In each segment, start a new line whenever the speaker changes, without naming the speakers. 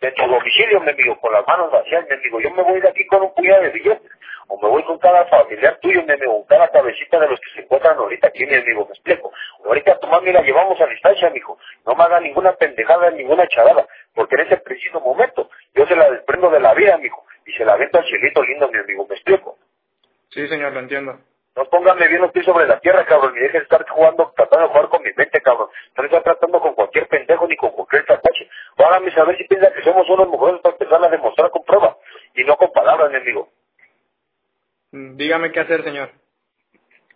de tu domicilio, me digo, con las manos vacías, me digo, yo me voy de aquí con un puñado de billetes, o me voy con cada familiar tuyo, me digo, con cada cabecita de los que se encuentran ahorita aquí, mi amigo, me explico. Ahorita tu mami la llevamos a distancia, mijo, no me haga ninguna pendejada, ninguna charada, porque en ese preciso momento yo se la desprendo de la vida, mijo, y se la aviento al chilito lindo, mi amigo, me explico.
Sí, señor, lo entiendo.
No póngame bien los pies sobre la tierra, cabrón, y dejen de estar jugando, tratando de jugar con mi mente, cabrón. No está tratando con cualquier pendejo ni con cualquier tapache. Hágame saber si piensa que somos unos mujeres para empezar a demostrar con pruebas y no con palabras, enemigo.
Mm, Dígame qué hacer, señor.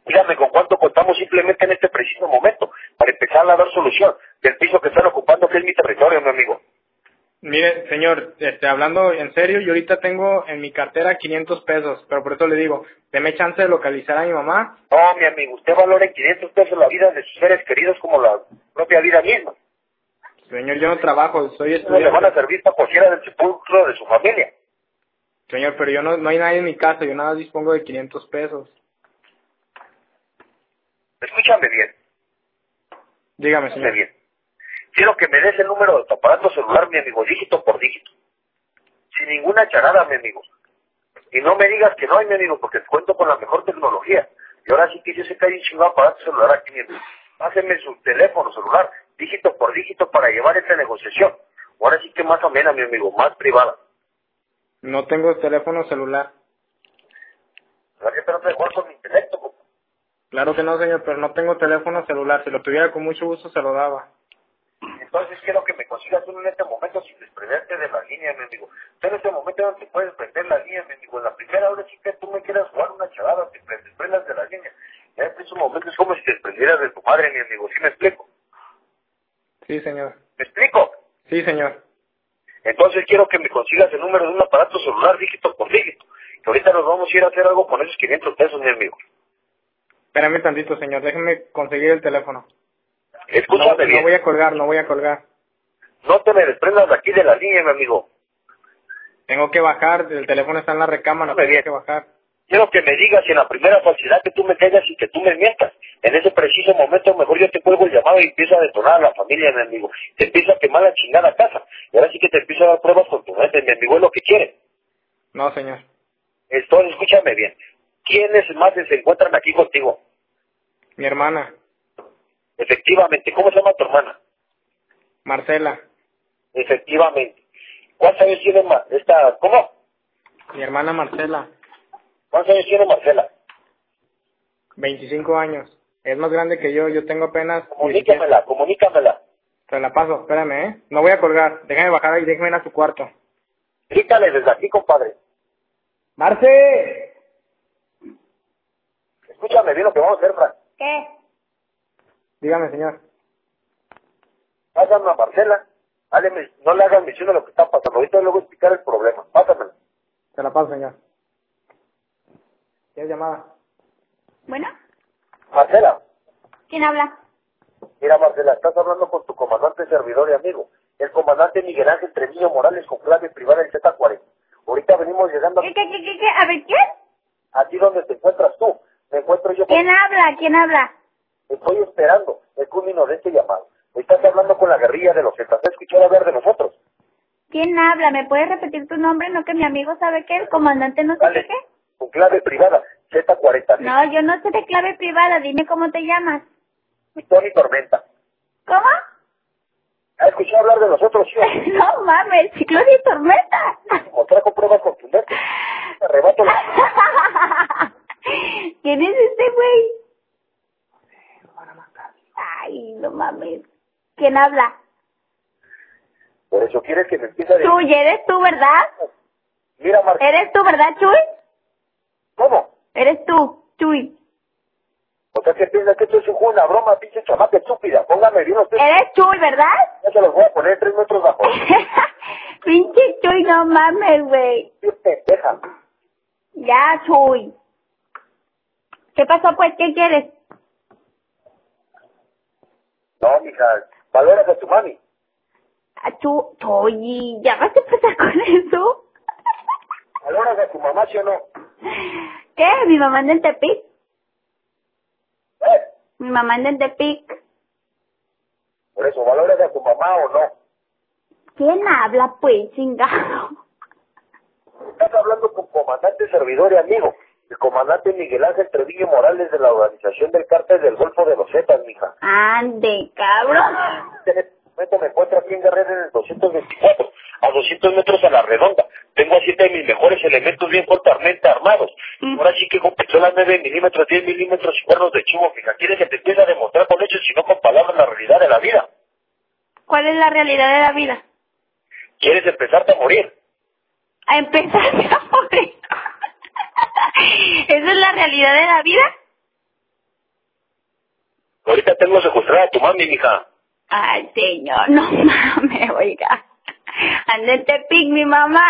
Dígame con cuánto contamos simplemente en este preciso momento para empezar a dar solución del piso que están ocupando, que es mi territorio, mi amigo.
Mire, señor, este, hablando en serio, yo ahorita tengo en mi cartera 500 pesos, pero por eso le digo, deme chance de localizar a mi mamá.
No, mi amigo, usted valora en 500 pesos la vida de sus seres queridos como la propia vida misma.
Señor, yo no trabajo, soy
No le van a
estudiante.
servir para cualquiera del sepulcro de su familia.
Señor, pero yo no, no hay nadie en mi casa, yo nada más dispongo de 500 pesos.
Escúchame bien.
Dígame,
Escúchame
señor.
bien. Quiero que me des el número de tu aparato celular, mi amigo, dígito por dígito. Sin ninguna charada, mi amigo. Y no me digas que no hay, mi amigo, porque cuento con la mejor tecnología. Y ahora sí que yo sé que hay un chingado aparato celular aquí, mi amigo. Páseme su teléfono celular, dígito por dígito, para llevar esta negociación. Ahora sí que más amena, mi amigo, más privada.
No tengo teléfono celular.
Ahora que trato de jugar con mi intelecto, compa.
Claro que no, señor, pero no tengo teléfono celular. Si lo tuviera con mucho gusto se lo daba.
Entonces quiero que me consigas uno en este momento sin desprenderte de la línea, mi amigo. Tú en este momento no te puedes prender la línea, mi amigo. En la primera hora sí que tú me quieras jugar una chavada, te pre- desprendas de la línea. En este momento es como si te desprendieras de tu madre, mi amigo. ¿Sí me explico?
Sí, señor.
¿Me explico?
Sí, señor.
Entonces quiero que me consigas el número de un aparato celular dígito por dígito. Que ahorita nos vamos a ir a hacer algo con esos 500 pesos, mi amigo.
Espérame tantito, señor, déjeme conseguir el teléfono. No,
Escúchame
no voy
bien.
a colgar, no voy a colgar.
No te me desprendas de aquí de la línea, mi amigo.
Tengo que bajar, el teléfono está en la recámara,
Hombre,
tengo
bien.
que bajar.
Quiero que me digas en la primera facilidad que tú me caigas y que tú me mientas. En ese preciso momento, mejor yo te cuelgo el llamado y empiezo a detonar a la familia, mi amigo. Te empiezo a quemar la chingada casa. Y ahora sí que te empiezo a dar pruebas con tu mente, mi amigo, es lo que quiere.
No, señor.
Entonces, escúchame bien. ¿Quiénes más se encuentran aquí contigo?
Mi hermana,
Efectivamente. ¿Cómo se llama tu hermana?
Marcela,
Efectivamente. ¿Cuántos años tiene Ma- esta, cómo?
mi hermana Marcela,
¿Cuántos años tiene Marcela?
25 años. Es más grande que yo, yo tengo apenas... 17.
Comunícamela, comunícamela.
Te la paso, espérame, ¿eh? No voy a colgar, déjame bajar y déjame ir a su cuarto.
Grítale desde aquí, compadre.
¡Marce!
Escúchame bien lo que vamos a hacer, Fran.
¿Qué?
Dígame, señor.
Pásame a Marcela. Hábleme, no le hagas mención de lo que está pasando. Ahorita luego explicar el problema. Pásamela.
Te la paso, señor. ¿Qué llamada?
Bueno,
Marcela,
¿quién habla?
mira Marcela, estás hablando con tu comandante, servidor y amigo. El comandante Miguel Ángel Treviño Morales con clave privada del Z40. Ahorita venimos llegando
¿Qué, qué, qué, qué, qué? A ver, ¿quién?
aquí donde te encuentras tú. Me encuentro yo con...
¿Quién habla? ¿Quién habla?
Estoy esperando el culmino de este llamado. Estás hablando con la guerrilla de los que has escuchado hablar de nosotros.
¿Quién habla? ¿Me puedes repetir tu nombre? No que mi amigo sabe que el comandante no sé
Dale,
qué, qué.
con clave privada Z40.
No, yo no sé de clave privada. Dime cómo te llamas.
Tony Tormenta.
¿Cómo?
¿Has escuchado hablar de nosotros, sí? o no?
no mames, ciclón y tormenta.
Mostrar con pruebas contundentes. Te arrebato la...
¿Quién es este güey? Ay, no mames. ¿Quién habla?
Por eso quieres que me empiece a decir...
Chuy, eres tú, ¿verdad?
Mira, Marcela,
¿Eres tú, verdad, Chuy?
¿cómo?
Eres tú, Chuy.
O sea, que piensa que esto es un juego, una broma, pinche chamaca estúpida. Póngame bien usted.
Eres Chuy, ¿verdad?
Ya se los voy a poner tres metros bajo.
Pinche Chuy, no mames, güey.
Qué pendeja.
Ya, Chuy. ¿Qué pasó, pues? ¿Qué quieres?
No, mija. Valoras a tu mami.
A Ah, Chu- Chuy, ¿ya vas a empezar con eso?
Valoras a tu mamá, ¿sí o no?
¿Qué? ¿Mi mamá anda en Tepic?
¿Eh?
Mi mamá anda en Tepic.
Por eso, ¿valoras a tu mamá o no?
¿Quién habla, pues, chingado?
Estás hablando con comandante, servidor y amigo. El comandante Miguel Ángel Treviño Morales de la organización del Cártel del Golfo de los Zetas, mija.
Ande, cabrón.
En este momento me encuentro aquí en Guerrero en el 224, a 200 metros a la redonda. Tengo a siete de mis mejores elementos bien fuertemente armados.
Mm.
Ahora sí que con pistolas 9 milímetros, 10 milímetros y cuernos de chivo, mija. Quiere que te empiece a demostrar con hechos y no con palabras la realidad de la vida.
¿Cuál es la realidad de la vida?
Quieres empezarte a morir.
A empezar a morir. ¿Esa es la realidad de la vida?
Ahorita tengo secuestrada a tu mami, mija.
Ay, señor, no mames, oiga. Anda en Tepic, mi mamá.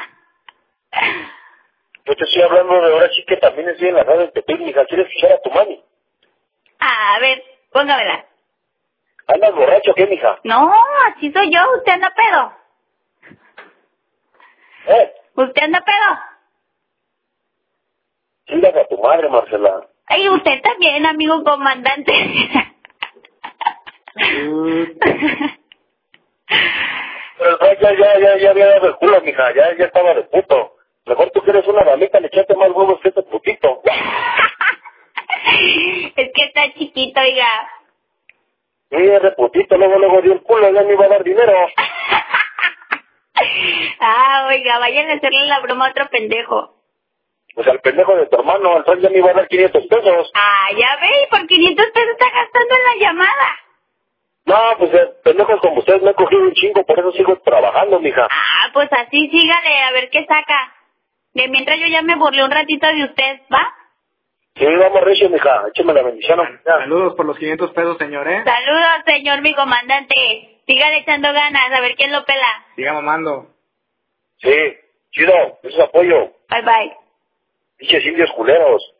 Yo te estoy hablando de ahora sí que también estoy en la radio de Tepic, mija. ¿Quieres escuchar a tu mami?
A ver, póngamela.
¿Andas borracho o qué, mija?
No, así soy yo, usted anda pedo.
¿Eh?
Usted anda pedo.
Chingas a tu madre, Marcela.
Ay, usted también, amigo comandante.
Pero el ya, ya, ya, ya había dado el culo, mija. Ya, ya estaba de puto. Mejor tú que eres una damita, le echaste más huevos que este putito.
es que está chiquito, oiga.
Sí, ese putito luego, luego dio el culo, ya me iba a dar dinero.
Ah, oiga, vayan a hacerle la broma a otro pendejo.
Pues al pendejo de tu hermano, al ya me iba a dar 500 pesos.
Ah, ya ve, y por 500 pesos está gastando en la llamada.
No, pues eh, pendejos como ustedes me he cogido un chingo, por eso sigo trabajando, mija.
Ah, pues así sígale, a ver qué saca. De mientras yo ya me burlé un ratito de usted, ¿va?
Sí, vamos recio, mija. Échame la bendición. aunque sea.
Saludos por los 500 pesos, señor, ¿eh?
Saludos, señor mi comandante. Sígale echando ganas, a ver quién lo pela.
Siga mamando.
Sí, chido, eso es apoyo.
Bye, bye.
Diches indios culeros.